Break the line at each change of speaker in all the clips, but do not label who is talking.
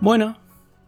Bueno,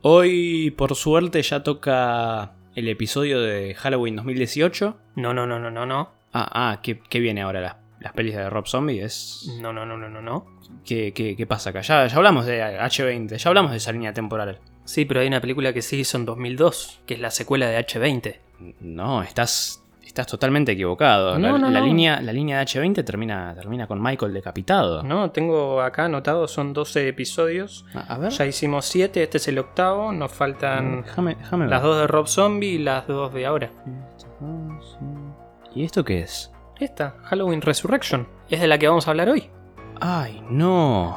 hoy por suerte ya toca el episodio de Halloween 2018.
No, no, no, no, no, no.
Ah, ah, ¿qué, qué viene ahora? ¿Las, las pelis de Rob Zombie? Es...
No, no, no, no, no, no.
¿Qué, qué, qué pasa acá? Ya, ya hablamos de H20, ya hablamos de esa línea temporal.
Sí, pero hay una película que sí hizo en 2002, que es la secuela de H20.
No, estás, estás totalmente equivocado.
No,
la,
no,
la
no.
Línea, la línea de H20 termina, termina con Michael decapitado.
No, tengo acá anotado, son 12 episodios.
A, a ver,
Ya hicimos 7, este es el octavo, nos faltan
déjame, déjame ver.
Mm. las dos de Rob Zombie y las dos de ahora.
¿Y esto qué es?
Esta, Halloween Resurrection, es de la que vamos a hablar hoy.
¡Ay, no!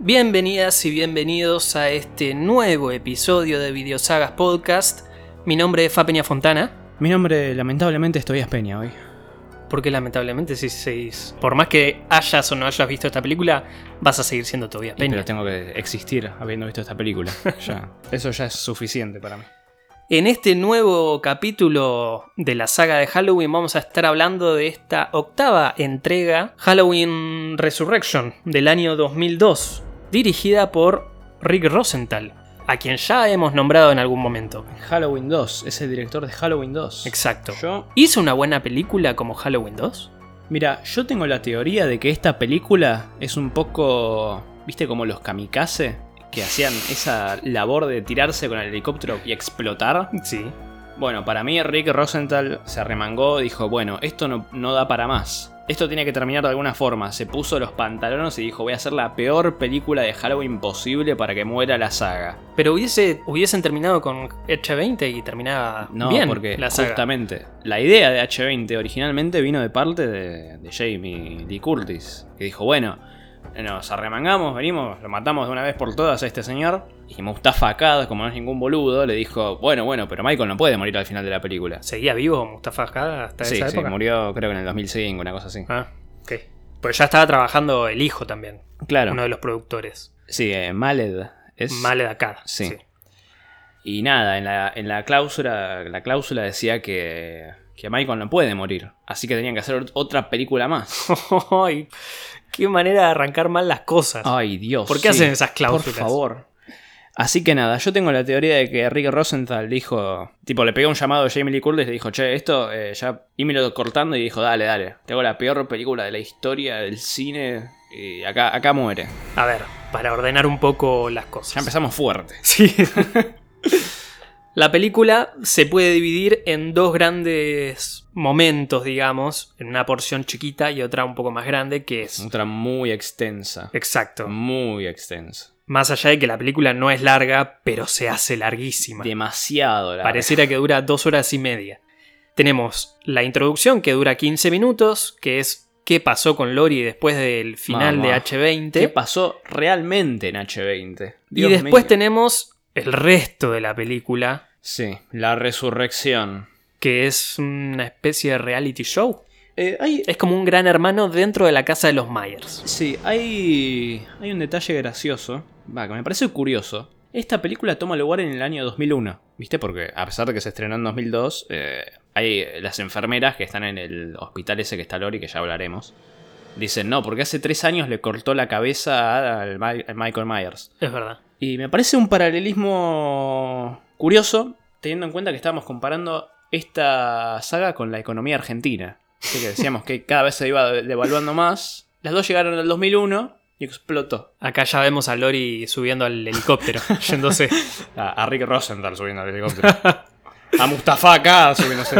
Bienvenidas y bienvenidos a este nuevo episodio de Videosagas Podcast. Mi nombre es Fa Peña Fontana,
Mi nombre, lamentablemente, es Tobias Peña hoy.
porque lamentablemente si seguís, por más que hayas o no hayas visto esta película, vas a seguir siendo todavía
Y,
Peña.
Pero tengo que existir habiendo visto esta película. Ya. Eso ya es suficiente para mí.
En este nuevo capítulo de la saga de Halloween vamos a estar hablando de esta octava entrega, Halloween Resurrection, del año 2002, dirigida por Rick Rosenthal, a quien ya hemos nombrado en algún momento.
Halloween 2, es el director de Halloween 2.
Exacto.
Yo
¿Hizo una buena película como Halloween 2?
Mira, yo tengo la teoría de que esta película es un poco, viste, como los kamikaze que hacían esa labor de tirarse con el helicóptero y explotar.
Sí.
Bueno, para mí Rick Rosenthal se arremangó, dijo, bueno, esto no, no da para más. Esto tiene que terminar de alguna forma. Se puso los pantalones y dijo, voy a hacer la peor película de Halloween posible para que muera la saga.
Pero hubiese, hubiesen terminado con H20 y terminaba
No,
bien
porque
la saga.
justamente la idea de H20 originalmente vino de parte de, de Jamie Lee Curtis, que dijo, bueno, nos arremangamos, venimos, lo matamos de una vez por todas a este señor, y Mustafa Akkad, como no es ningún boludo, le dijo, bueno, bueno, pero Michael no puede morir al final de la película.
¿Seguía vivo Mustafa Akkad hasta
Sí,
esa
sí,
época?
murió creo que en el 2005, una cosa así.
Ah, ok. Pues ya estaba trabajando el hijo también,
claro.
uno de los productores.
Sí, eh, Maled es...
Male de acá.
Sí. Y nada, en la, en la cláusula, la cláusula decía que, que Michael no puede morir, así que tenían que hacer ot- otra película más.
Ay, qué manera de arrancar mal las cosas.
Ay, Dios.
¿Por qué hacen esas cláusulas?
Por favor. Así que nada, yo tengo la teoría de que Rick Rosenthal dijo, tipo, le pegó un llamado a Jamie Lee Curtis y le dijo, che, esto eh, ya ímelo cortando y dijo, dale, dale, te hago la peor película de la historia del cine y acá, acá muere.
A ver, para ordenar un poco las cosas.
Ya empezamos fuerte.
Sí. La película se puede dividir en dos grandes momentos, digamos, en una porción chiquita y otra un poco más grande, que es...
Otra muy extensa.
Exacto.
Muy extensa.
Más allá de que la película no es larga, pero se hace larguísima.
Demasiado la
Pareciera que dura dos horas y media. Tenemos la introducción que dura 15 minutos, que es qué pasó con Lori después del final
Mamá,
de H20.
¿Qué pasó realmente en H20?
y
Dios
después
mío.
tenemos el resto de la película,
Sí, la resurrección.
que es una especie de reality show.
Eh, hay,
Es como un gran hermano dentro de la casa de los Myers.
Sí, hay, hay un detalle gracioso, va, que me parece curioso. Esta película toma lugar en el año 2001, ¿viste? Porque a pesar de que se estrenó en 2002, eh, hay las enfermeras que están en el hospital ese que está Lori, que ya hablaremos. Dicen, no, porque hace tres años le cortó la cabeza al, Mi- al Michael Myers.
Es verdad.
Y me parece un paralelismo curioso, teniendo en cuenta que estábamos comparando esta saga con la economía argentina. Así que decíamos que cada vez se iba devaluando más. Las dos llegaron al 2001 y explotó.
Acá ya vemos a Lori subiendo al helicóptero, yéndose.
A, a Rick Rosenthal subiendo al helicóptero. A Mustafa acá subiéndose.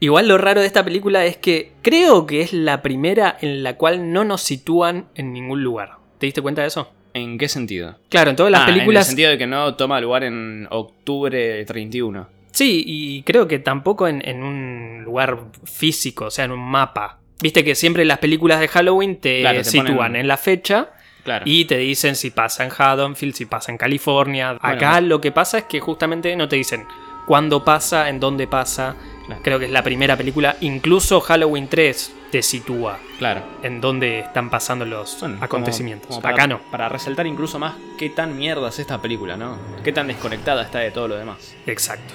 Igual lo raro de esta película es que creo que es la primera en la cual no nos sitúan en ningún lugar. ¿Te diste cuenta de eso?
¿En qué sentido?
Claro, en todas las
Ah, En el
películas.
sentido de que no toma lugar en octubre 31.
Sí, y creo que tampoco en, en un lugar físico, o sea, en un mapa. Viste que siempre las películas de Halloween te,
Claro, te
sitúan
ponen- Ah.
en la fecha
Claro.
y te dicen si pasa en Haddonfield, si pasa en California.
Bueno,
Acá lo que pasa es que justamente no te dicen cuándo pasa, en dónde pasa.
Claro.
Creo que es la primera película, incluso Halloween 3 te sitúa
Claro.
en dónde están pasando los
Bueno, como-
acontecimientos.
como para,
Acá no.
Para resaltar incluso más qué tan mierda es esta película, ¿no? Qué tan desconectada está de todo lo demás.
Exacto.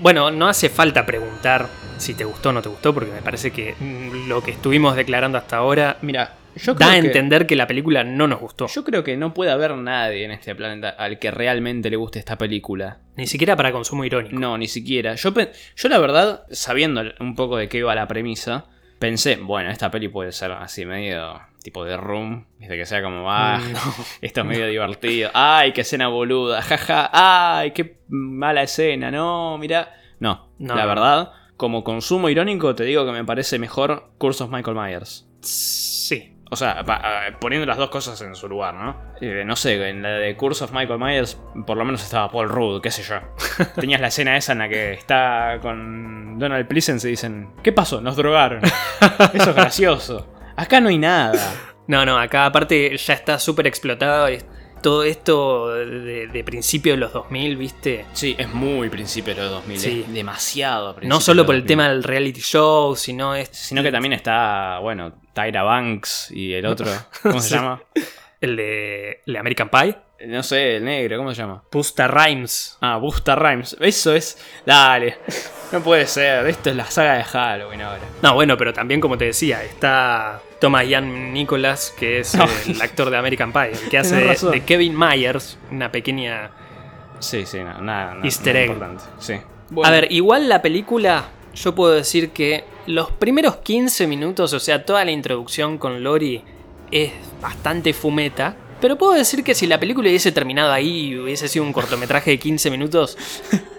Bueno, no hace falta preguntar si te gustó o no te gustó, porque me parece que mm, lo que estuvimos declarando hasta ahora
Mira, yo creo
da a
que-
entender que la película no nos gustó.
Yo creo que no puede haber nadie en este planeta al que realmente le guste esta película.
Ni siquiera para consumo irónico.
No, ni siquiera. Yo, pe- yo la verdad, sabiendo un poco de qué iba la premisa, pensé, bueno, esta peli puede ser así medio tipo de room, desde que sea como, ah,
Mm,
esto es medio divertido, ay, qué escena boluda, jaja, ay, qué mala escena, no, mira. No,
No,
la
no.
verdad, como consumo irónico, te digo que me parece mejor Cursos Michael Myers.
Sí.
O sea, pa- eh, poniendo las dos cosas en su lugar, ¿no? Eh, no sé, en la de Curse of Michael Myers por lo menos estaba Paul Rudd, qué sé yo. Tenías la escena esa en la que está con Donald Pleasence y dicen, ¿qué pasó? Nos drogaron. Eso es gracioso. Acá no hay nada.
No, no, acá aparte ya está súper explotado es- todo esto de, de principio de los 2000, ¿viste?
Sí, es muy principio de los 2000.
Sí.
es demasiado principio
No solo
de
por el
2000.
tema del reality show, sino es
Sino que también está, bueno, Tyra Banks y el otro. ¿Cómo se
Sí.
llama?
el de, el de American Pie.
No sé, el negro, ¿cómo se llama?
Pusta Rhymes.
Ah, Busta Rhymes. Eso es. Dale. No puede ser. Esto es la saga de Halloween ahora.
No, bueno, pero también como te decía, está Thomas Ian Nicholas, que es
No.
eh, el actor de American Pie, que hace
Tenés
de,
razón.
de Kevin Myers, una pequeña...
Sí, sí, no, nada. no-
Easter
no
egg.
Importante. Sí.
A ver, igual la película, yo puedo decir que los primeros 15 minutos, o sea, toda la introducción con Lori es bastante fumeta. Pero puedo decir que si la película hubiese terminado ahí y hubiese sido un cortometraje de 15 minutos,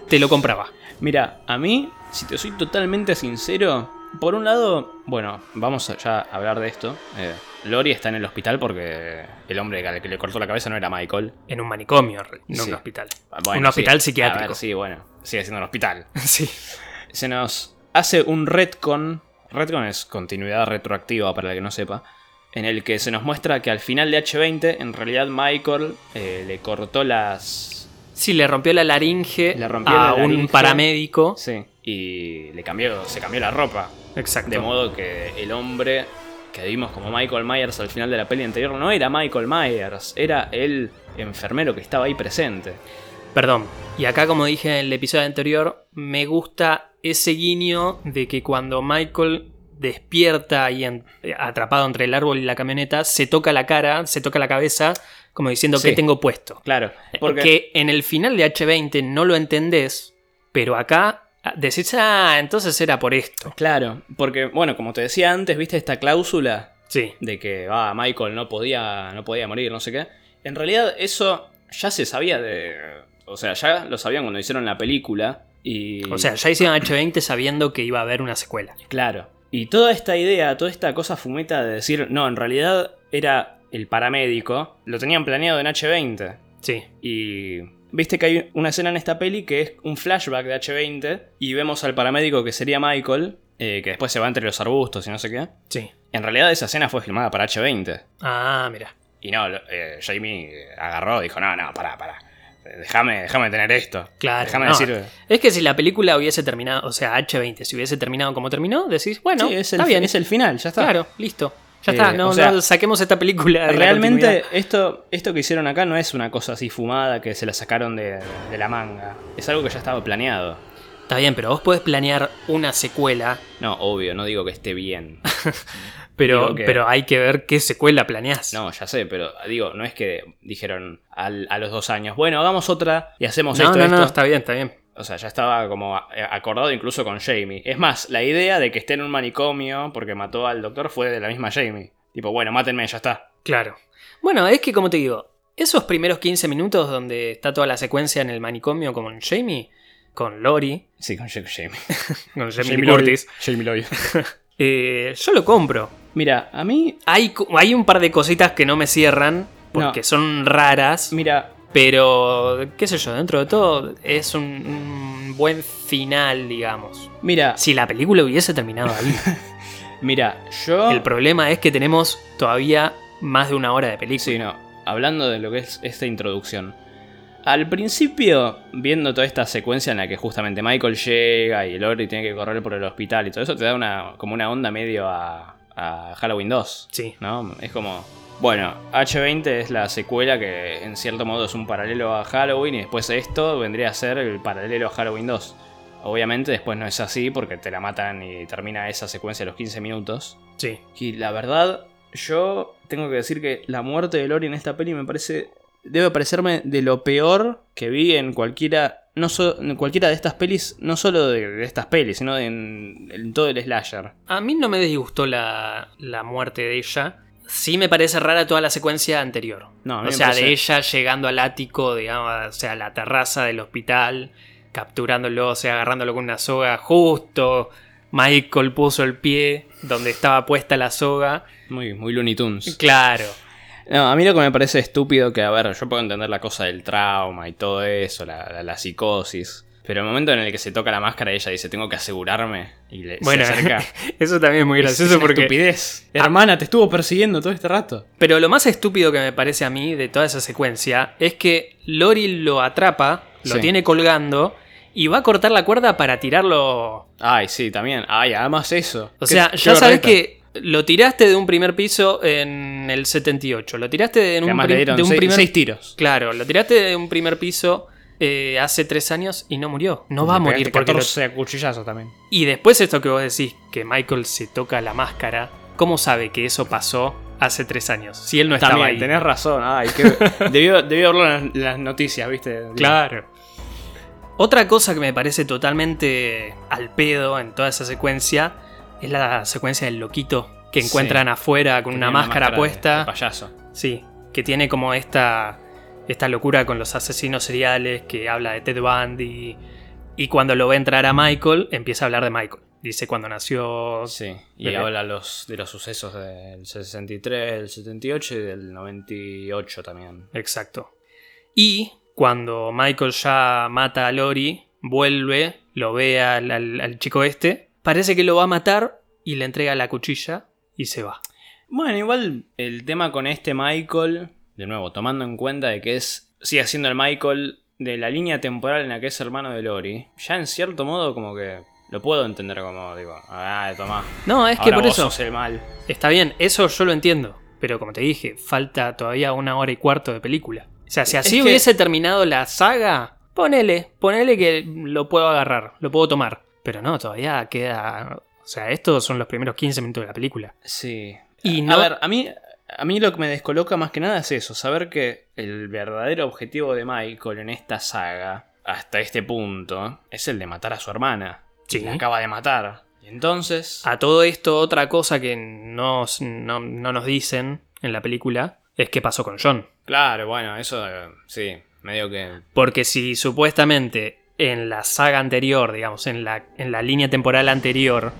te lo compraba.
Mira, a mí, si te soy totalmente sincero, por un lado, bueno, vamos a ya a hablar de esto. Eh, Lori está en el hospital porque el hombre al que le cortó la cabeza no era Michael.
En un manicomio, no en
Sí. Ah,
un hospital.
Bueno,
un hospital
sí.
psiquiátrico.
A ver, sí, bueno, sigue siendo un hospital.
sí.
se nos hace un retcon. Retcon es continuidad retroactiva, para el que no sepa. En el que se nos muestra que al final de H20, en realidad Michael eh, le cortó las.
Sí, le rompió la laringe
Le rompió
a
la laringe.
un paramédico.
Sí. Y le cambió, se cambió la ropa.
Exacto.
De modo que el hombre que vimos como Michael Myers al final de la peli anterior no era Michael Myers, era el enfermero que estaba ahí presente.
Perdón. Y acá, como dije en el episodio anterior, me gusta ese guiño de que cuando Michael despierta y en- atrapado entre el árbol y la camioneta, se toca la cara, se toca la cabeza, como diciendo
Sí.
que tengo puesto.
Claro, porque.
Porque en el final de H20 no lo entendés, pero acá decís, ah, entonces era por esto.
Claro, porque, bueno, como te decía antes, viste esta cláusula
Sí.
de que ah, Michael no podía, no podía morir, no sé qué. En realidad eso ya se sabía de... O sea, ya lo sabían cuando hicieron la película y...
O sea, ya hicieron H20 sabiendo que iba a haber una secuela.
Claro. Y toda esta idea, toda esta cosa fumeta de decir, no, en realidad era el paramédico, lo tenían planeado en H20.
Sí.
Y... Viste que hay una escena en esta peli que es un flashback de H20 y vemos al paramédico que sería Michael, eh, que después se va entre los arbustos y no sé qué.
Sí.
En realidad esa escena fue filmada para H20.
Ah, mira.
Y no, lo- eh, Jamie agarró y dijo, no, no, pará, pará. Eh, Déjame, déjame tener esto. Ah,
Claro,
Déjame
no.
decir.
Es que si la película hubiese terminado, o sea, H20, si hubiese terminado como terminó, decís, bueno,
Sí, es el,
está
fi-
bien,
es el final, ya está.
claro, listo. Ya
Eh,
está, no,
o sea,
no saquemos esta película. de la
Realmente
continuidad.
esto, esto que hicieron acá no es una cosa así fumada que se la sacaron de, de la manga. Es algo que ya estaba planeado.
Está bien, pero vos podés planear una secuela,
No, obvio, no digo que esté bien.
pero,
Digo que-
pero hay que ver qué secuela planeás.
No, ya sé, pero digo, no es que dijeron al- a los dos años, bueno, hagamos otra y hacemos
no,
esto,
no,
esto.
no, está bien, está bien.
O sea, ya estaba como a- acordado incluso con Jamie. Es más, la idea de que esté en un manicomio porque mató al doctor fue de la misma Jamie. Tipo, bueno, mátenme, ya está.
Claro. Bueno, es que como te digo, esos primeros 15 minutos donde está toda la secuencia en el manicomio con Jamie, con Lori,
Sí, con Jack- Jamie.
con Jamie, Lee Curtis,
Lloyd. Jamie Lloyd.
eh, yo lo compro.
Mira, a mí.
Hay, co- hay un par de cositas que no me cierran, porque
No.
son raras,
Mira,
pero qué sé yo, dentro de todo es un, un buen final, digamos.
mira,
Si la película hubiese terminado ahí.
mira, yo.
El problema es que tenemos todavía más de una hora de película.
Sí, no. Hablando de lo que es esta introducción. Al principio, viendo toda esta secuencia en la que justamente Michael llega y el Ori tiene que correr por el hospital y todo eso, te da una, como una onda medio a, a Halloween 2.
Sí.
¿no? Es como. Bueno, H20 es la secuela que en cierto modo es un paralelo a Halloween y después esto vendría a ser el paralelo a Halloween 2. Obviamente después no es así porque te la matan y termina esa secuencia a los 15 minutos.
Sí.
Y la verdad, yo tengo que decir que la muerte de Lori en esta peli me parece. Debe parecerme de lo peor que vi en cualquiera. No so- en cualquiera de estas pelis, no solo de, de estas pelis, sino en, en todo el slasher.
A mí no me disgustó la, la muerte de ella. Sí me parece rara toda la secuencia anterior.
No, a mí
o
me
sea,
parece-
de ella llegando al ático, digamos, o sea, a la terraza del hospital, capturándolo, o sea, agarrándolo con una soga justo. Michael puso el pie donde estaba puesta la soga.
Muy, muy Looney Tunes.
Claro.
No, a mí lo que me parece estúpido que, a ver, yo puedo entender la cosa del trauma y todo eso, la, la- la psicosis. Pero el momento en el que se toca la máscara ella dice, tengo que asegurarme. Y le,
Bueno,
se acerca.
Eso también es muy
Es- es
gracioso
una
porque Ah.
estupidez. Hermana, te estuvo persiguiendo todo este rato.
Pero lo más estúpido que me parece a mí de toda esa secuencia es que Lori lo atrapa, lo
Sí.
tiene colgando y va a cortar la cuerda para tirarlo.
Ay, sí, también. Ay, además eso. Qué-
O sea,
qué
ya sabes
berreta.
que lo tiraste de un primer piso en el 78, lo tiraste de
Que
un,
además
prim-
le dieron
de un
seis,
primer
seis tiros.
Claro, lo tiraste de un primer piso eh, hace tres años y no murió. No va a
Le
morir
pegaste
porque lo-
14 cuchillazos también.
Y después esto que vos decís, que Michael se toca la máscara, ¿cómo sabe que eso pasó hace tres años? Si él no estaba
También,
ahí.
tenés razón. Ay, qué- debió, debió verlo en las- las noticias, ¿viste?
Claro. Otra cosa que me parece totalmente al pedo en toda esa secuencia es la secuencia del loquito que
Sí.
encuentran afuera con
Tenía
una máscara,
de-
puesta.
de payaso.
sí, que tiene como esta, esta locura con los asesinos seriales que habla de Ted Bundy. Y cuando lo ve entrar a Michael, empieza a hablar de Michael. Dice cuando nació.
Sí, y
Bebé.
habla los, de los sucesos del 63, del 78 y del 98 también.
Exacto. Y cuando Michael ya mata a Lori, vuelve, lo ve al, al- al chico este, parece que lo va a matar y le entrega la cuchilla y se va.
Bueno, igual el tema con este Michael, de nuevo, tomando en cuenta de que es sigue siendo el Michael de la línea temporal en la que es hermano de Lori, ya en cierto modo como que lo puedo entender como, digo, ah, tomá,
No, es que
ahora
por
vos
eso...
sos el mal.
Está bien, eso yo lo entiendo. Pero como te dije, falta todavía una hora y cuarto de película. O sea, si así
Es que-
hubiese terminado la saga, ponele, ponele que lo puedo agarrar, lo puedo tomar. Pero no, todavía queda... O sea, estos son los primeros 15 minutos de la película.
Sí.
Y
A
no-
ver, a mí, a mí lo que me descoloca más que nada es eso, saber que el verdadero objetivo de Michael en esta saga, hasta este punto, es el de matar a su hermana.
Sí. Ah.
La acaba de matar. Y entonces...
A todo esto, otra cosa que no, no- no nos dicen en la película es qué pasó con John.
Claro, bueno, eso eh, sí, medio que...
Porque si supuestamente en la saga anterior, digamos, en la, en la línea temporal anterior,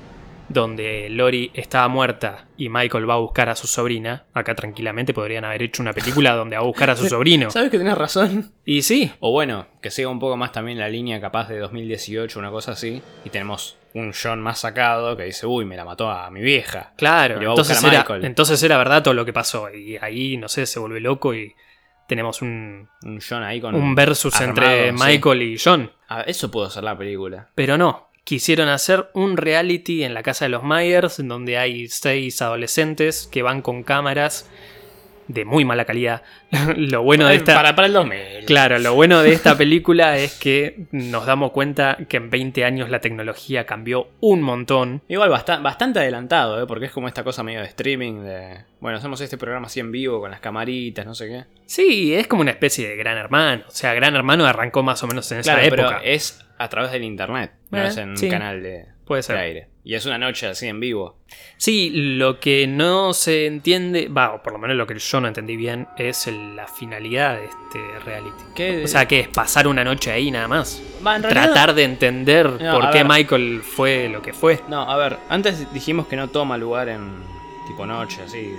donde Lori estaba muerta y Michael va a buscar a su sobrina, acá tranquilamente podrían haber hecho una película donde va a buscar a su sobrino.
¿Sabes que tenés razón?
Y sí,
O bueno, que siga un poco más también la línea capaz de 2018, una cosa así. Y tenemos un John más sacado que dice, uy, me la mató a mi vieja.
claro,
Y lo va a buscar
entonces
a
era,
Michael.
entonces era verdad todo lo que pasó. Y ahí, no sé, se vuelve loco y tenemos un,
Un John ahí con...
un versus entre
armado, sí.
Michael y John.
Ah, eso pudo ser la película.
Pero no, quisieron hacer un reality en la casa de los Myers, en donde hay seis adolescentes que van con cámaras de muy mala calidad. lo bueno de esta.
para, para el 2000.
Claro, lo bueno de esta película es que nos damos cuenta que en 20 años la tecnología cambió un montón.
Igual basta- bastante adelantado, ¿eh? porque es como esta cosa medio de streaming, de... Bueno, hacemos este programa así en vivo con las camaritas, no sé qué.
Sí, es como una especie de Gran Hermano. O sea, Gran Hermano arrancó más o menos en esa
Claro,
época.
pero es a través del internet, no
Eh,
es en un
sí.
canal de,
Puede
de
ser.
aire. Y es una noche así en vivo.
Sí, lo que no se entiende, va, o por lo menos lo que yo no entendí bien, es el- la finalidad de este reality.
¿Qué?
O sea, que es pasar una noche ahí nada más.
Va, en realidad-
Tratar de entender por
a
qué
ver.
Michael fue lo que fue.
No, a ver, antes dijimos que no toma lugar en tipo noche, así,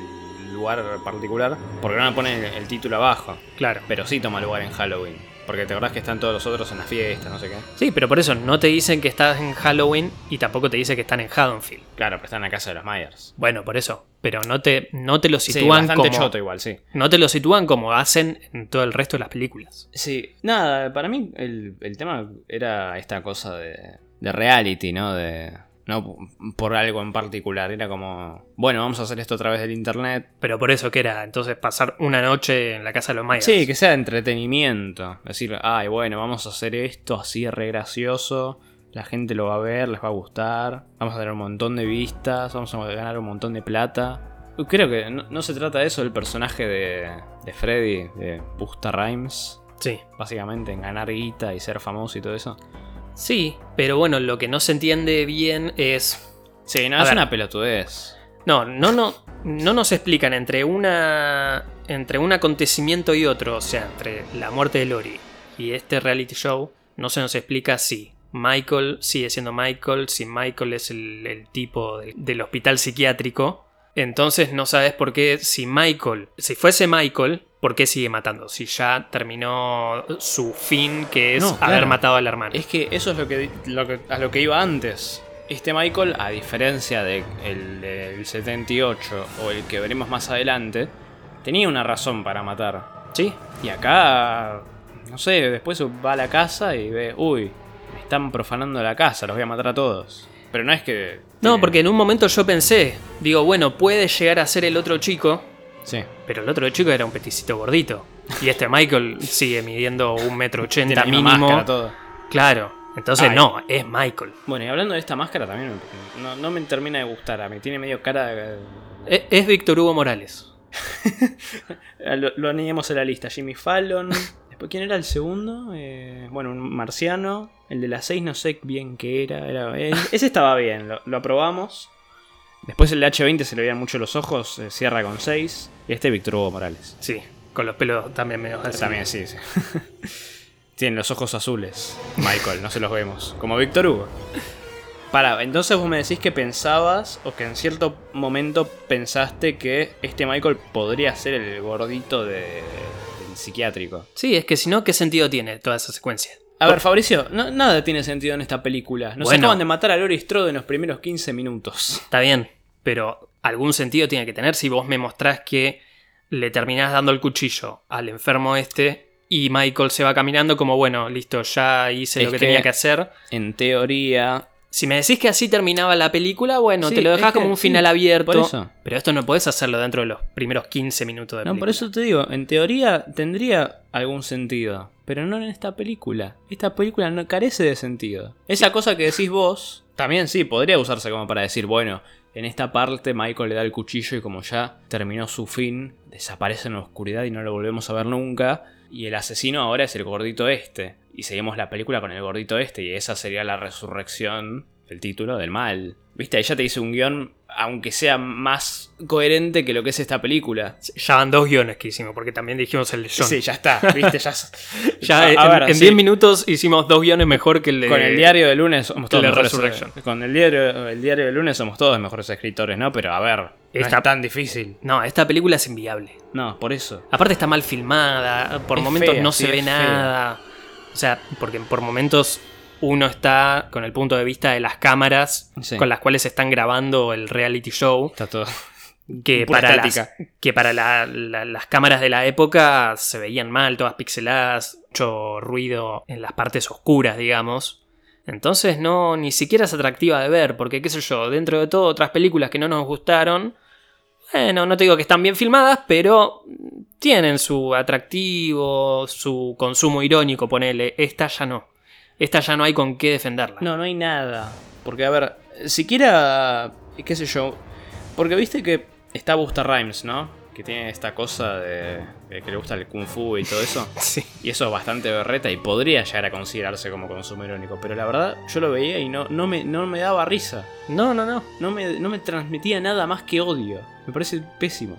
lugar particular, porque no le pone el, el título abajo,
Claro.
pero sí toma lugar en Halloween. Porque te acordás que están todos los otros en las fiestas, no sé qué.
Sí, pero por eso no te dicen que estás en Halloween y tampoco te dicen que están en Haddonfield.
Claro, pero están en la casa de los Myers.
Bueno, por eso. Pero no te, no te lo
Sí,
sitúan
bastante
como.
choto igual, sí.
No te lo sitúan como hacen en todo el resto de las películas.
Sí, nada, para mí el, el tema era esta cosa de, de reality, ¿no? De, no p- por algo en particular, era como, bueno, vamos a hacer esto a través del internet.
Pero por eso que era entonces pasar una noche en la casa de los Myers.
Sí, que sea de entretenimiento. Decir, ay, bueno, vamos a hacer esto así re gracioso. La gente lo va a ver, les va a gustar. Vamos a tener un montón de vistas, vamos a ganar un montón de plata. Uh, Creo que no, no se trata de eso el personaje de, de Freddy, de Busta Rhymes.
Sí.
Básicamente en ganar guita y ser famoso y todo eso.
Sí, pero bueno, lo que no se entiende bien es.
Sí, no,
A
es
ver.
una pelotudez.
No, no, no, no nos explican entre una. entre un acontecimiento y otro, o sea, entre la muerte de Lori y este reality show, no se nos explica si Michael sigue siendo Michael, si Michael es el, el tipo del- del hospital psiquiátrico. Entonces no sabes por qué, si Michael, si fuese Michael, ¿por qué sigue matando? Si ya terminó su fin, que es
No,
haber
claro.
matado al hermano.
Es que eso es lo que, di- lo que- a lo que iba antes. Este Michael, a diferencia de el del 78 o el que veremos más adelante, tenía una razón para matar.
Sí,
Y acá, no sé, después va a la casa y ve, uy, me están profanando la casa, los voy a matar a todos. Pero no es que...
No,
eh,
porque en un momento yo pensé, digo, bueno, puede llegar a ser el otro chico,
Sí.
pero el otro chico era un peticito gordito. Y este Michael sigue midiendo un metro
Tiene
ochenta
la misma
mínimo.
máscara, todo.
Claro. Entonces,
Ay.
no, es Michael.
Bueno, y hablando de esta máscara también, me- no, no me termina de gustar a mí. Tiene medio cara... de-
E- Es, Víctor Hugo Morales.
Eh, Lo, lo añadimos a la lista. Jimmy Fallon. Después, ¿quién era el segundo? Eh, bueno, un marciano. El de las seis no sé bien qué era. era- eh, ese estaba bien, lo, lo aprobamos. Después el de H20 se le veían mucho los ojos, eh, cierra con 6. Y este Víctor Hugo Morales.
Sí, con los pelos también medio así.
También, sí, sí. Tienen los ojos azules, Michael, no se los vemos. Como Víctor Hugo. Para, entonces vos me decís que pensabas, o que en cierto momento pensaste que este Michael podría ser el gordito de, del psiquiátrico.
Sí, es que si no, ¿qué sentido tiene toda esa secuencia?
A ver, Fabricio, no- nada tiene sentido en esta película. Nos
Bueno.
acaban de matar a Lori Strode en los primeros 15 minutos.
Está bien, pero algún sentido tiene que tener si vos me mostrás que le terminás dando el cuchillo al enfermo este y Michael se va caminando como, bueno, listo, ya hice
Es
lo que,
que-
tenía que hacer.
En teoría,
Si me decís que así terminaba la película, bueno,
Sí,
te lo dejás
es que-
como un
sí,
final abierto.
por eso.
Pero esto no podés hacerlo dentro de los primeros 15 minutos de
No, por
película.
eso te digo, en teoría tendría algún sentido, pero no en esta película. Esta película no carece de sentido. Esa cosa que decís vos, también sí, podría usarse como para decir, bueno, en esta parte Michael le da el cuchillo y como ya terminó su fin, desaparece en la oscuridad y no lo volvemos a ver nunca. Y el asesino ahora es el gordito este. Y seguimos la película con el gordito este y esa sería la resurrección, el título del mal. Viste, ahí ya te hice un guión, aunque sea más coherente que lo que es esta película.
Ya van dos guiones que hicimos, porque también dijimos el de John.
Sí, ya está, viste, ya.
Ya
A-
en-
a ver,
en 10
sí,
minutos hicimos dos guiones mejor que el de...
Con el diario de lunes somos todos
la
mejores.
Este, Resurrection.
eh, Con el diario, el diario de lunes somos todos mejores escritores, ¿no? Pero a ver, no
Esta-
es tan difícil.
No, esta película es inviable.
No, por eso.
Aparte está mal filmada, por
Es
momentos
fea,
no
sí,
se ve
es fea.
nada. O sea, porque por momentos uno está con el punto de vista de las cámaras
Sí.
con las cuales están grabando el reality show.
Está todo.
Que
Pura
Eh, para, las,
estática.
que para la- la- las cámaras de la época se veían mal, todas pixeladas, mucho ruido en las partes oscuras, digamos. Entonces no, ni siquiera es atractiva de ver, porque qué sé yo, dentro de todo otras películas que no nos gustaron, bueno, no te digo que están bien filmadas, pero tienen su atractivo, su consumo irónico, ponele. Esta ya no. Esta ya no hay con qué defenderla.
No, no hay nada. Porque, a ver, siquiera. eh, qué sé yo. Porque viste que está Busta Rhymes, ¿no? Que tiene esta cosa de, de que le gusta el kung fu y todo eso.
Sí.
Y eso es bastante berreta y podría llegar a considerarse como consumo irónico. Pero la verdad, yo lo veía y no, no, me, no me daba risa.
No, no, no.
No me, no me transmitía nada más que odio. Me parece pésimo.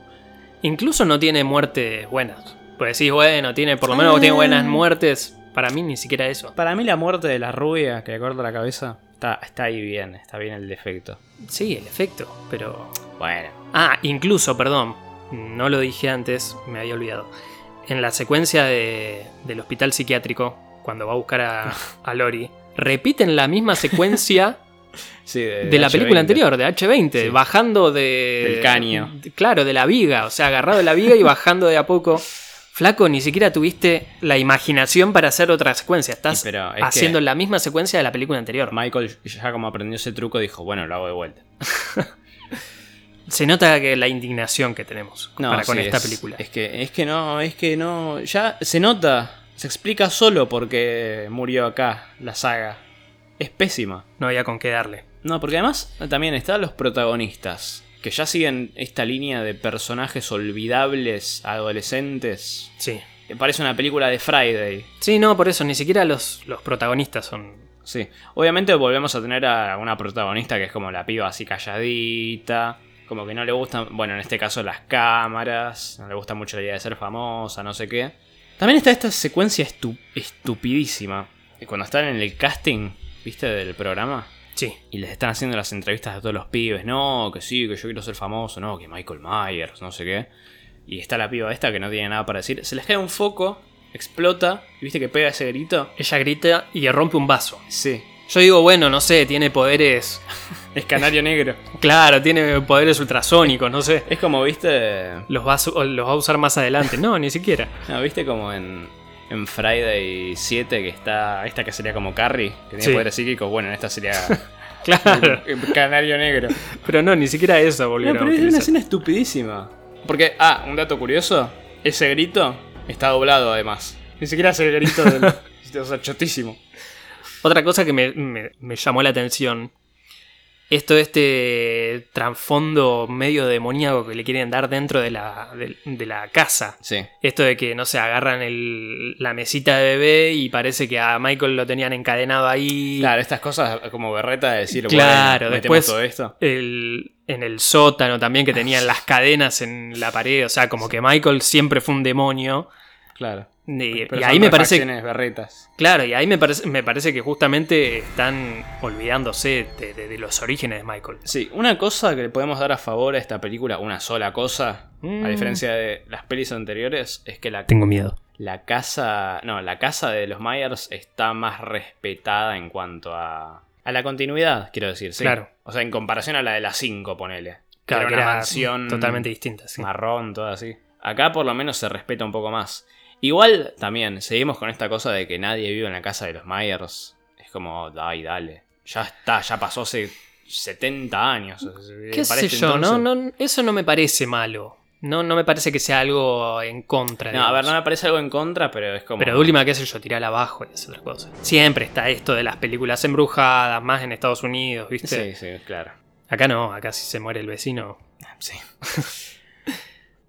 Incluso no tiene muertes buenas. Pues decís, bueno, tiene, por lo menos tiene buenas muertes. Para mí ni siquiera eso.
Para mí la muerte de la rubia que le corta la cabeza está, está ahí bien, está bien el defecto.
Sí, el efecto, pero...
Bueno.
Ah, incluso, perdón. No lo dije antes, me había olvidado. en la secuencia de- del hospital psiquiátrico, cuando va a buscar a, a Lori, repiten la misma secuencia
Sí,
de, la película
H20.
anterior, de H20,
Sí.
bajando de...
Del caño.
de- claro, de la viga, o sea, agarrado de la viga y bajando de a poco. Flaco, ni siquiera tuviste la imaginación para hacer otra secuencia, estás
Y pero es que-
haciendo la misma secuencia de la película anterior.
Michael, ya como aprendió ese truco, dijo: Bueno, lo hago de vuelta.
Se nota que la indignación que tenemos
No,
para con
sí,
esta
es-
película.
Es que, es que no, es que no. Ya se nota, se explica solo porque murió acá la saga. Es pésima.
No había con qué darle.
No, porque además también están los protagonistas, que ya siguen esta línea de personajes olvidables, adolescentes.
Sí.
Que Parece una película de Friday.
Sí, no, por eso, ni siquiera los, los protagonistas son.
Sí. Obviamente volvemos a tener a una protagonista que es como la piba así calladita. Como que no le gustan, bueno, en este caso las cámaras. No le gusta mucho la idea de ser famosa, no sé qué. También está esta secuencia estu- estupidísima. que Cuando están en el casting, ¿viste? Del programa.
Sí.
Y les están haciendo las entrevistas a todos los pibes. No, que sí, que yo quiero ser famoso. No, que Michael Myers, no sé qué. Y está la piba esta que no tiene nada para decir. Se les cae un foco, explota. ¿Y viste que pega ese grito?
Ella grita y rompe un vaso.
Sí.
Yo digo, bueno, no sé, tiene poderes.
Es canario negro.
Claro, tiene poderes ultrasónicos, no sé.
Es como, viste.
Los va a, su- los va a usar más adelante. No, ni siquiera.
No, viste como en, en Friday 7 que está. Esta que sería como Carrie, que tiene
Sí.
poderes psíquicos. Bueno, en esta sería.
Claro.
el Canario negro.
Pero no, ni siquiera eso volvieron
No,
a
pero es una
utilizar.
escena estupidísima. Porque, ah, un dato curioso: ese grito está doblado además. Ni siquiera ese grito del. o sea, chotísimo.
Otra cosa que me, me- me llamó la atención. Esto, este trasfondo medio demoníaco que le quieren dar dentro de la, de- de la casa.
Sí.
Esto de que, no sé, agarran el- la mesita de bebé y parece que a Michael lo tenían encadenado ahí.
Claro, estas cosas como berreta de decir,
Claro,
bueno, metemos
después-
todo esto.
El- en el sótano también que
Ah,
tenían las cadenas en la pared. O sea, como que Michael siempre fue un demonio.
Claro.
Y,
Pero
Eh, y
son
ahí me parece.
refacciones, berretas.
Claro, y ahí me parece, me parece que justamente están olvidándose de, de- de los orígenes de Michael.
Sí, una cosa que le podemos dar a favor a esta película, una sola cosa,
Mm.
a diferencia de las pelis anteriores, es que la,
Tengo miedo.
la casa. No, la casa de los Myers está más respetada en cuanto a. A la continuidad, quiero decir, sí.
Claro.
O sea, en comparación a la de las 5, ponele.
Claro,
Claro,
que
una
era
mansión
totalmente distinta. sí.
marrón, todo así. Acá por lo menos se respeta un poco más. Igual también, seguimos con esta cosa de que nadie vive en la casa de los Myers. Es como, ay, dale. Ya está, ya pasó hace 70 años.
¿Qué sé
Parece
yo? No,
entonces-
no, eso no me parece malo. No, no me parece que sea algo en contra.
No, a ver,
digamos.
no me parece algo en contra, pero es como.
Pero de última, qué sé yo, tirala abajo y es otra cosa. Siempre está esto de las películas embrujadas, más en Estados Unidos, ¿viste?
Sí, sí, claro.
Acá no, acá si se muere el vecino.
Sí.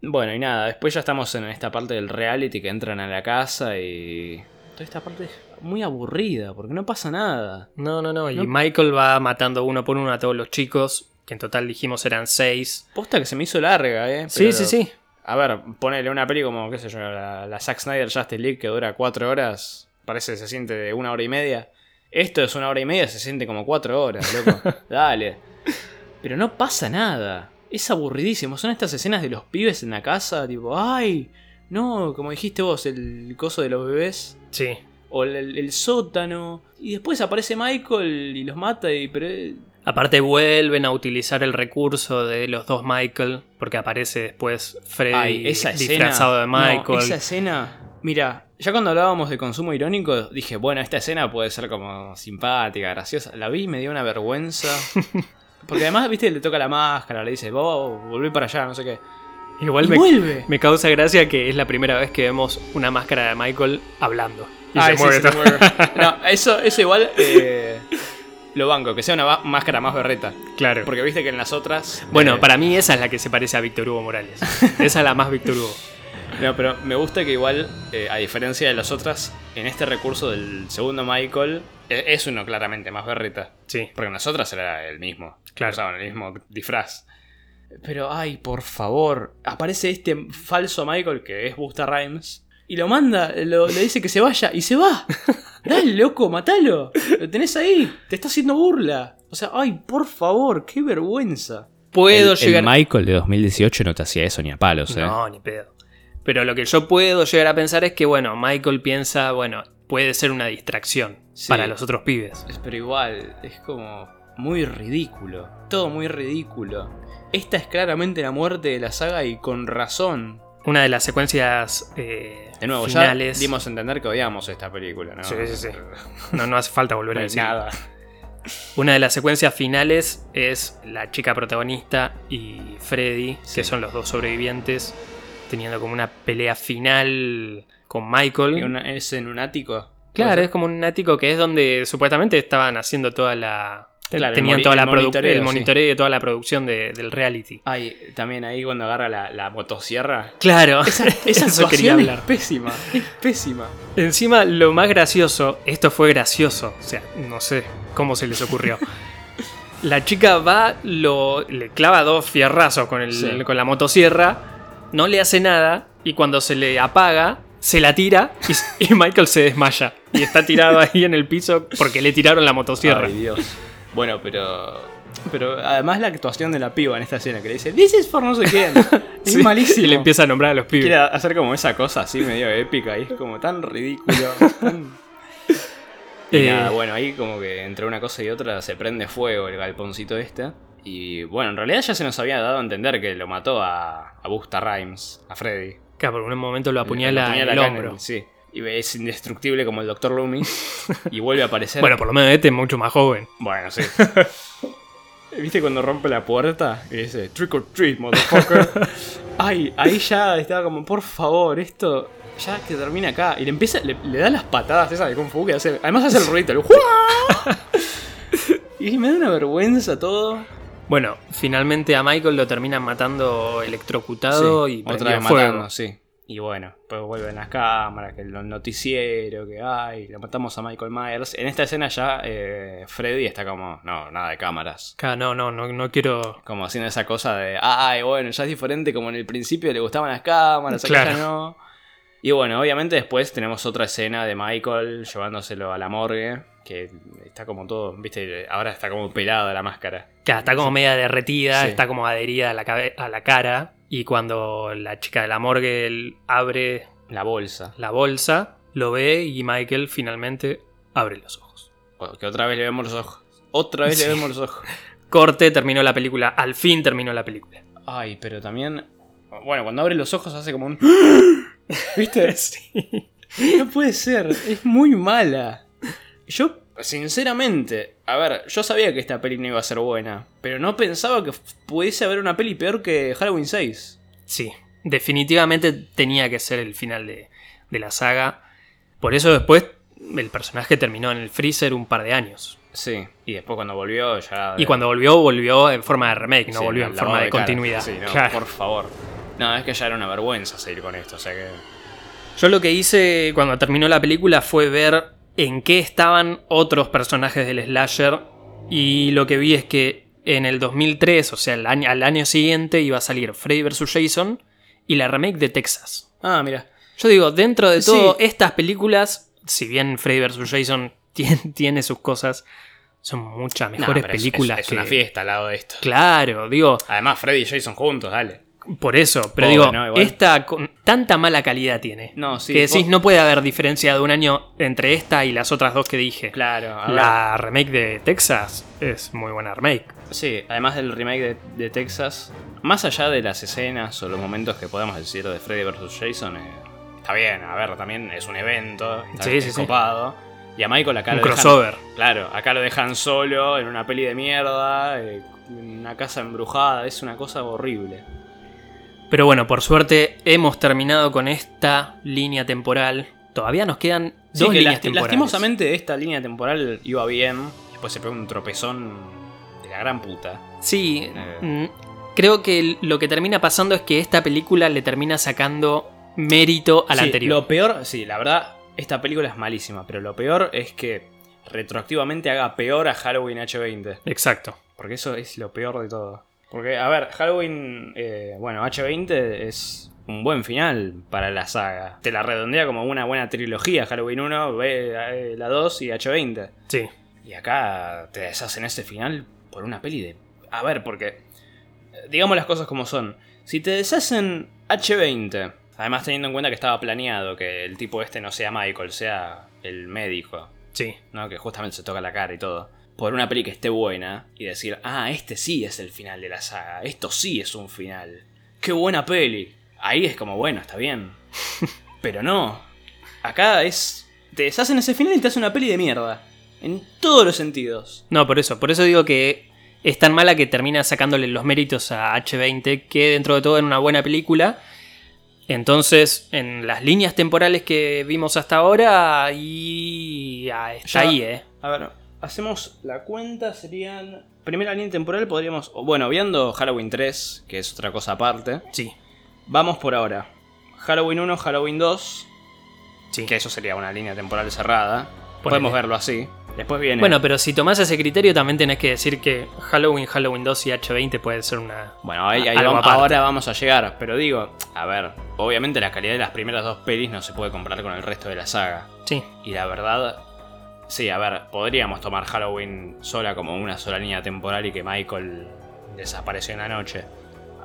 bueno, y nada, después ya estamos en esta parte del reality que entran a la casa y. Toda esta parte es muy aburrida, porque no pasa nada.
No, no, no. Y
No.
Michael va matando uno por uno a todos los chicos, que en total dijimos eran seis.
Posta que se me hizo larga, ¿eh?
Sí,
Pero-
sí, sí.
A ver, ponele una peli como, qué sé yo, la, la Zack Snyder Justice League que dura cuatro horas. Parece que se siente de una hora y media. Esto es una hora y media, se siente como cuatro horas, loco. Dale. Pero no pasa nada. Es aburridísimo. Son estas escenas de los pibes en la casa, tipo, ay, no, como dijiste vos, el coso de los bebés.
Sí.
O el, el sótano. Y después aparece Michael y los mata y... Pero, eh,
Aparte vuelven a utilizar el recurso de los dos Michael, porque aparece después Freddy
Ay, esa escena.
disfrazado de
no,
Michael.
esa escena. Mira, ya cuando hablábamos de consumo irónico, dije, bueno, esta escena puede ser como simpática, graciosa. La vi y me dio una vergüenza. Porque además, viste, le toca la máscara, le dice, vos, volví para allá, no sé qué.
Igual
Y
me,
vuelve.
me causa gracia que es la primera vez que vemos una máscara de Michael hablando. Y
Ay,
se
sí,
mueve
se
todo.
mueve. No, eso, eso igual eh, lo banco, que sea una ma- máscara más berreta.
Claro.
Porque viste que en las otras.
Bueno,
eh,
para mí esa es la que se parece a Víctor Hugo Morales. Esa es la más Víctor Hugo.
No, pero me gusta que igual, eh, a diferencia de las otras, en este recurso del segundo Michael, eh, es uno claramente más berreta.
Sí.
Porque nosotras era el mismo.
Claro.
Usaban el mismo disfraz. Pero, ay, por favor. Aparece este falso Michael que es Busta Rhymes. Y lo manda, lo- le dice que se vaya y se va. Dale, loco, matalo. Lo tenés ahí. Te está haciendo burla. O sea, ay, por favor, qué vergüenza.
Puedo llegar.
Michael de 2018 no te hacía eso ni a palos, eh.
No, ni pedo. Pero lo que yo puedo llegar a pensar es que, bueno, Michael piensa, bueno, puede ser una distracción
Sí.
para los otros pibes.
Es- Pero igual, es como muy ridículo. Todo muy ridículo. Esta es claramente la muerte de la saga y con razón.
Una de las secuencias eh,
De nuevo,
finales.
ya dimos a entender que odiamos esta película, ¿no?
Sí, sí, sí. No, no hace falta volver
No
a
hay
decir
Pues nada.
Una de las secuencias finales es la chica protagonista y Freddy,
Sí.
que son los dos sobrevivientes, teniendo como una pelea final con Michael.
Y una- es en un ático.
Claro, es como un ático que es donde supuestamente estaban haciendo toda la.
Claro, el
tenían
moni-
toda la
el
produ-
monitoreo,
el
sí.
monitoreo de toda la producción de- del reality.
Ay, también ahí cuando agarra la, la motosierra.
Claro,
Esa
eso quería
actuación es
hablar.
pésima. Es pésima.
Encima, lo más gracioso, esto fue gracioso, o sea, no sé cómo se les ocurrió. La chica va, lo, le clava dos fierrazos con, el,
Sí.
con la motosierra, no le hace nada y cuando se le apaga, se la tira y, s- y Michael se desmaya. Y está tirado ahí en el piso porque le tiraron la motosierra.
Ay, Dios. Bueno, pero. Pero además la actuación de la piba en esta escena que le dice, This is for no sé quién. Es
Sí,
malísimo.
Y le empieza a nombrar a los pibes.
Quiere hacer como esa cosa así medio épica y es como tan ridículo. tan- Y
Eh,
nada, bueno, ahí como que entre una cosa y otra se prende fuego el galponcito este. Y bueno, en realidad ya se nos había dado a entender que lo mató a, a Busta Rhymes, a Freddy.
claro, por un momento
Lo
lo apuñala, en
apuñala
el
acá en
hombro.
el- sí. Y es indestructible como el Dr. Loomis. y vuelve a aparecer.
Bueno, por lo menos este es mucho más joven.
Bueno, sí. ¿Viste cuando rompe la puerta? Y dice, trick or treat, motherfucker. Ay, ahí ya estaba como, por favor, esto ya que termina acá. Y le empieza, le, le da las patadas esas de Kung Fu que hace. Además hace el ruido, el ¡juá! Y me da una vergüenza todo.
Bueno, finalmente a Michael lo terminan matando electrocutado y
otra
prendido
vez
en
matando, sí. Y bueno, pues vuelven las cámaras, que el noticiero, que hay, lo matamos a Michael Myers. En esta escena ya eh, Freddy está como, no, nada de cámaras.
Claro, no, no, no, no quiero.
Como haciendo esa cosa de, ay, bueno, ya es diferente como en el principio le gustaban las cámaras, acá
Claro.
ya no. Y bueno, obviamente después tenemos otra escena de Michael llevándoselo a la morgue, que está como todo, viste, ahora está como pelada la máscara.
Claro, está como media derretida,
Sí.
está como adherida a la, cabe- a la cara. Y cuando la chica de la morgue él abre
La bolsa.
la bolsa, lo ve y Michael finalmente abre los ojos.
O- Que otra vez le vemos los ojos. Otra vez
Sí.
le vemos los ojos.
Corte, terminó la película. Al fin terminó la película.
Ay, pero también... Bueno, cuando abre los ojos hace como un... ¿Viste?
Sí.
No puede ser, es muy mala. Yo, sinceramente, a ver, yo sabía que esta peli no iba a ser buena, pero no pensaba que f- pudiese haber una peli peor que Halloween 6.
Sí, definitivamente tenía que ser el final de, de la saga. Por eso después el personaje terminó en el freezer un par de años.
Sí, y después cuando volvió ya...
Y cuando volvió, volvió en forma de remake, no
Sí,
volvió
la-
en
la
forma
lavada
de,
cara.
continuidad.
Sí, no,
Claro.
por favor. No, es que ya era una vergüenza seguir con esto, o sea que...
Yo lo que hice cuando terminó la película fue ver en qué estaban otros personajes del slasher y lo que vi es que en el 2003, o sea, el año- al año siguiente iba a salir Freddy vs. Jason y la remake de Texas.
Ah, mira.
Yo digo, dentro de todo,
Sí.
estas películas, si bien Freddy vs. Jason tiene, tiene sus cosas, son muchas mejores películas
Es,
que...
una fiesta al lado de esto.
Claro, digo,
Además, Freddy y Jason juntos, dale.
por eso, pero
Pobre,
digo,
¿no? Igual.
esta con tanta mala calidad tiene.
No, sí.
que decís,
vos-
no puede haber diferencia de un año entre esta y las otras dos que dije.
Claro, a ver.
La remake de Texas es muy buena remake.
Sí, además del remake de, de Texas, más allá de las escenas o los momentos que podamos decir de Freddy vs. Jason, eh, está bien, a ver, también es un evento, está
Sí,
bien,
sí,
es
sí.
copado. Y a Michael acá
un
lo dejan-
crossover.
claro, acá lo dejan solo en una peli de mierda, eh, en una casa embrujada, es una cosa horrible.
Pero bueno, por suerte hemos terminado con esta línea temporal. Todavía nos quedan
Sí,
dos
que
líneas
lasti-
temporales.
lastimosamente esta línea temporal iba bien, después se pegó un tropezón de la gran puta.
Sí,
Eh.
mm, creo que lo que termina pasando es que esta película le termina sacando mérito a la
Sí,
anterior.
Lo peor, sí, la verdad, esta película es malísima, pero lo peor es que retroactivamente haga peor a Halloween H20.
Exacto.
Porque eso es lo peor de todo. Porque, a ver, Halloween, eh, bueno, H20 es un buen final para la saga. Te la redondea como una buena trilogía, Halloween 1, ve- eh, la 2 y H20.
Sí.
Y acá te deshacen ese final por una peli de... A ver, porque... eh, Digamos las cosas como son. Si te deshacen H20 Además, teniendo en cuenta que estaba planeado que el tipo este no sea Michael, sea el médico,
Sí.
¿no? Que justamente se toca la cara y todo. Por una peli que esté buena y decir, ah, este sí es el final de la saga, esto sí es un final. ¡Qué buena peli! Ahí es como, bueno, está bien. Pero no. Acá es. Te deshacen ese final y te hacen una peli de mierda. En todos los sentidos.
No, por eso. Por eso digo que es tan mala que termina sacándole los méritos a H20, que dentro de todo era una buena película. Entonces, en las líneas temporales que vimos hasta ahora, y ah, está
Ya.
ahí, ¿eh?
A ver, hacemos la cuenta, serían. Primera línea temporal podríamos. o Bueno, viendo Halloween 3, que es otra cosa aparte.
Sí,
Vamos por ahora. Halloween 1, Halloween 2,
sí.
Que eso sería una línea temporal cerrada.
Ponele.
Podemos verlo así. Después viene.
Bueno, pero si tomás ese criterio, también tenés que decir que Halloween, Halloween 2 y H20 puede ser una.
Bueno, ahí, ahí
algo
vamos-
aparte.
ahora vamos a llegar. Pero digo, a ver, obviamente la calidad de las primeras dos pelis no se puede comparar con el resto de la saga.
Sí.
Y la verdad, sí, a ver, podríamos tomar Halloween sola como una sola línea temporal y que Michael desapareció en la noche.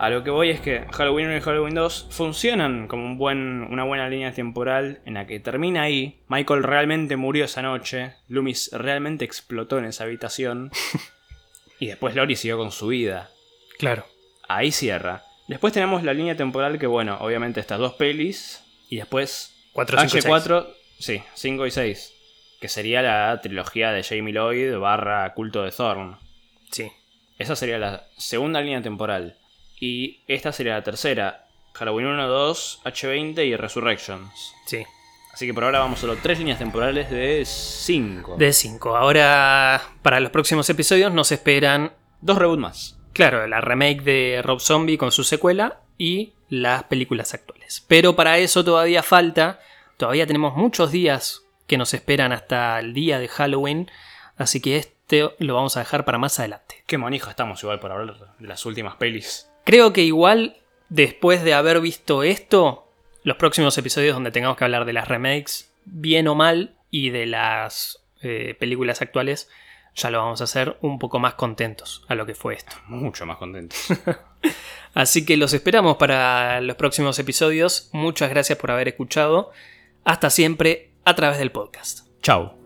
A lo que voy es que Halloween 1 y Halloween 2 funcionan como un buen, una buena línea temporal en la que termina ahí. Michael realmente murió esa noche. Loomis realmente explotó en esa habitación. y después Lori siguió con su vida.
Claro.
Ahí cierra. Después tenemos la línea temporal que, bueno, obviamente estas dos pelis. Y después
4, 5,
H4, sí, 5 y 6. Que sería la trilogía de Jamie Lloyd barra Culto de Thorn.
Sí.
Esa sería la segunda línea temporal. Y esta sería la tercera. Halloween 1, 2, H20 y Resurrections.
Sí.
Así que por ahora vamos solo tres líneas temporales de 5.
De 5. Ahora, para los próximos episodios, nos esperan,
Dos reboot más.
claro, la remake de Rob Zombie con su secuela y las películas actuales. Pero para eso todavía falta. Todavía tenemos muchos días que nos esperan hasta el día de Halloween. Así que este lo vamos a dejar para más adelante.
Qué monija estamos igual por hablar de las últimas pelis.
Creo que igual, después de haber visto esto, los próximos episodios donde tengamos que hablar de las remakes, bien o mal, y de las eh, películas actuales, ya lo vamos a hacer un poco más contentos a lo que fue esto.
Mucho más contento.
Así que los esperamos para los próximos episodios. Muchas gracias por haber escuchado. Hasta siempre a través del podcast.
Chau.